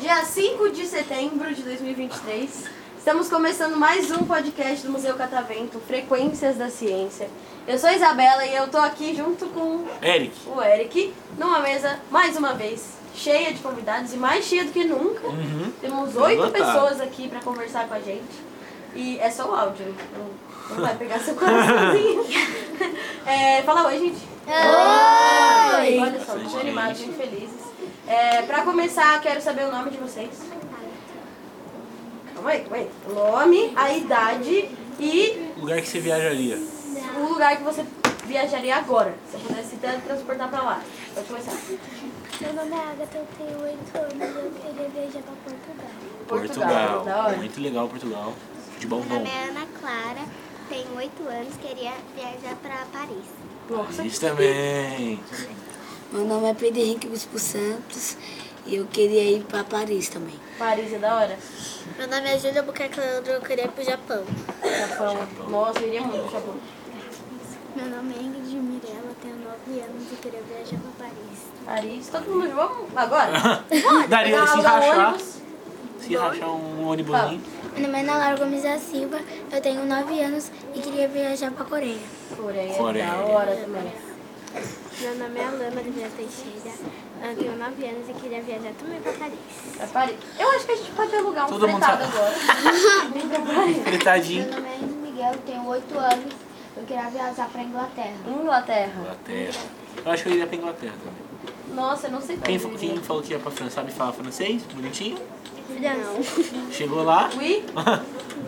Dia 5 de setembro de 2023, estamos começando mais um podcast do Museu Catavento, Frequências da Ciência. Eu sou a Isabela e eu tô aqui junto com Eric. o Eric numa mesa, mais uma vez, cheia de convidados e mais cheia do que nunca. Temos oito Lotado. pessoas aqui para conversar com a gente. E é só o áudio, não, não vai pegar seu coraçãozinho. É, fala oi, gente. Oi! Olha só, muito Bastante animados, gente. muito felizes. É, pra começar, quero saber o nome de vocês. Calma aí, calma aí. O nome, a idade e Lugar que você viajaria. o lugar que você viajaria agora. Se você pudesse se teletransportar pra lá. Pode começar. Meu nome é Agatha, eu tenho 8 anos eu queria viajar pra Portugal. Da hora. Muito legal, Portugal. Futebol Meu bom. nome é Ana Clara, tenho 8 anos, queria viajar para Paris. Nossa, Isso também. Meu nome é Pedro Henrique Bispo Santos e eu queria ir para Paris também. Paris é da hora. Meu nome é Júlia Buquerque Leandro, eu queria ir pro Japão. Japão. Nossa, eu iria muito pro Japão. Meu nome é Ingrid Mirella, tenho 9 anos e queria viajar para Paris. Paris. Todo mundo vamos agora? Daria se Pegar um rachar. ônibus. Se rachar um ônibusinho. Meu nome é Ana Laura Gomes da Silva, eu tenho 9 anos e queria viajar pra Coreia. Coreia. Coreia. é Da hora também. Meu nome é Alana Oliveira Teixeira, eu tenho 9 anos e queria viajar também para Paris. Pra Paris. Eu acho que a gente pode alugar um Todo mundo fretado sabe. agora. Nem pra Paris. Fritadinho. nome é Miguel, tenho 8 anos eu queria viajar pra Inglaterra. Inglaterra. Inglaterra. Eu acho que eu iria pra Inglaterra também. Nossa, eu não sei pra Quem, onde eu quem iria. falou que ia pra França sabe falar francês? Bonitinho. Não. Chegou lá. Oui?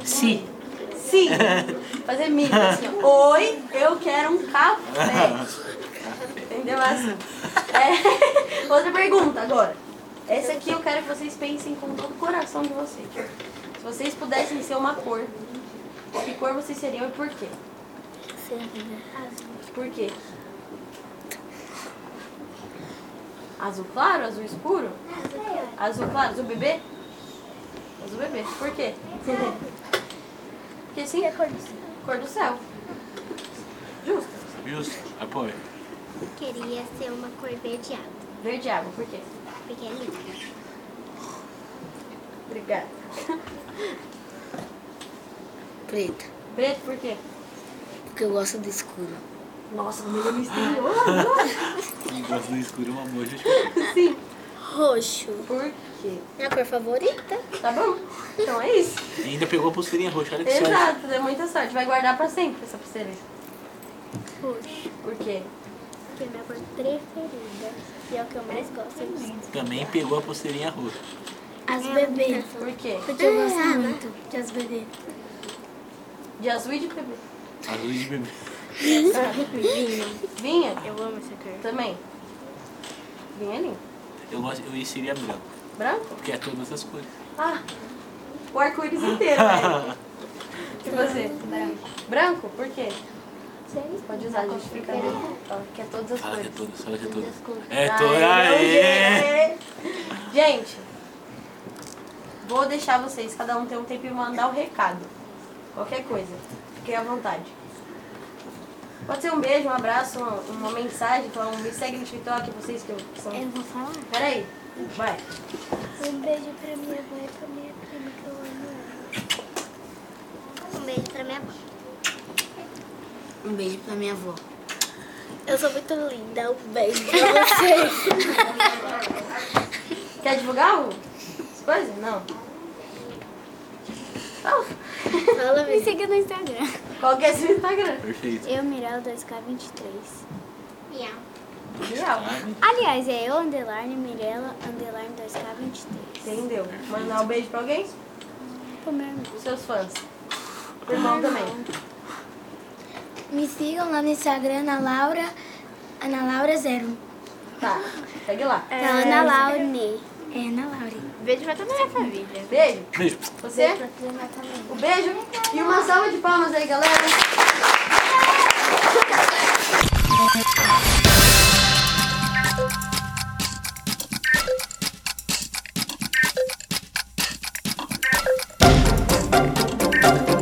Sim. Sim. Fazer mídia assim, ó. Oi, eu quero um café. Entendeu? Assim. É, Outra pergunta agora. Essa aqui eu quero que vocês pensem com todo o coração de vocês. Se vocês pudessem ser uma cor, que cor vocês seriam e por quê? Por quê? Azul claro, azul escuro? Azul claro, azul bebê? Azul bebê. Por quê? Porque sim, é cor do céu? cor do céu. Justo. Justo. Apoio. Queria ser uma cor verde água, Verde água, por quê? porque é linda. Obrigada. Preta, Preto, por quê? porque eu gosto do escuro. Nossa, o meu me estranhou. Quem gosta do escuro é uma boa justificativa. Sim. Roxo, Por quê? minha cor favorita. Tá bom? Então é isso. E ainda pegou a pulseirinha roxa. Olha que É sorte. Exato, deu muita sorte. Vai guardar pra sempre essa pulseirinha. Roxo, Por quê? porque é minha cor preferida e é o que eu mais gosto. Também pegou a pulseirinha roxa. As é bebês. Por quê? Porque eu gosto muito de as bebês. De azul e de bebê. Azul de bebê. Vinha? Eu amo essa cor. Também. Vinha ali. Eu, gosto, eu seria branco. Branco? Porque é todas essas cores. Ah, o arco-íris inteiro, né? E você? Branco. Tá Branco? Por quê? Pode usar, justifica. Que é todas as Fala que é cores. todas, fala que é todas. É Aê, toda aí! aê. Gente, vou deixar vocês, cada um tem um tempo e mandar o recado. Qualquer coisa, fiquem à vontade. Pode ser um beijo, um abraço, uma, uma mensagem, então me segue no TikTok, vocês que eu- que são. Eu vou falar. Peraí, vai. Um beijo pra minha mãe e pra minha prima que eu amo ela. Um beijo pra minha mãe. Um beijo para minha avó. Eu sou muito linda, um beijo. Quer divulgar o... as coisas? Não. Fala. Me siga no Instagram. Qual que é seu Instagram? Perfeito. Eu, Mirella 2K23. Yeah. Legal. Aliás, é eu, underline, Mirella, underline 2K23. Entendeu? Mandar um beijo pra alguém? Pro meu irmão. Os seus fãs. Pro irmão também. Me sigam lá no Instagram, Ana Laura, Ana Laura Zero. Tá, segue lá. É, Ana Laure. É, Ana Laure. Beijo pra toda a minha família. Beijo. Beijo. Você? Um beijo e uma salva de palmas aí, galera. Obrigado.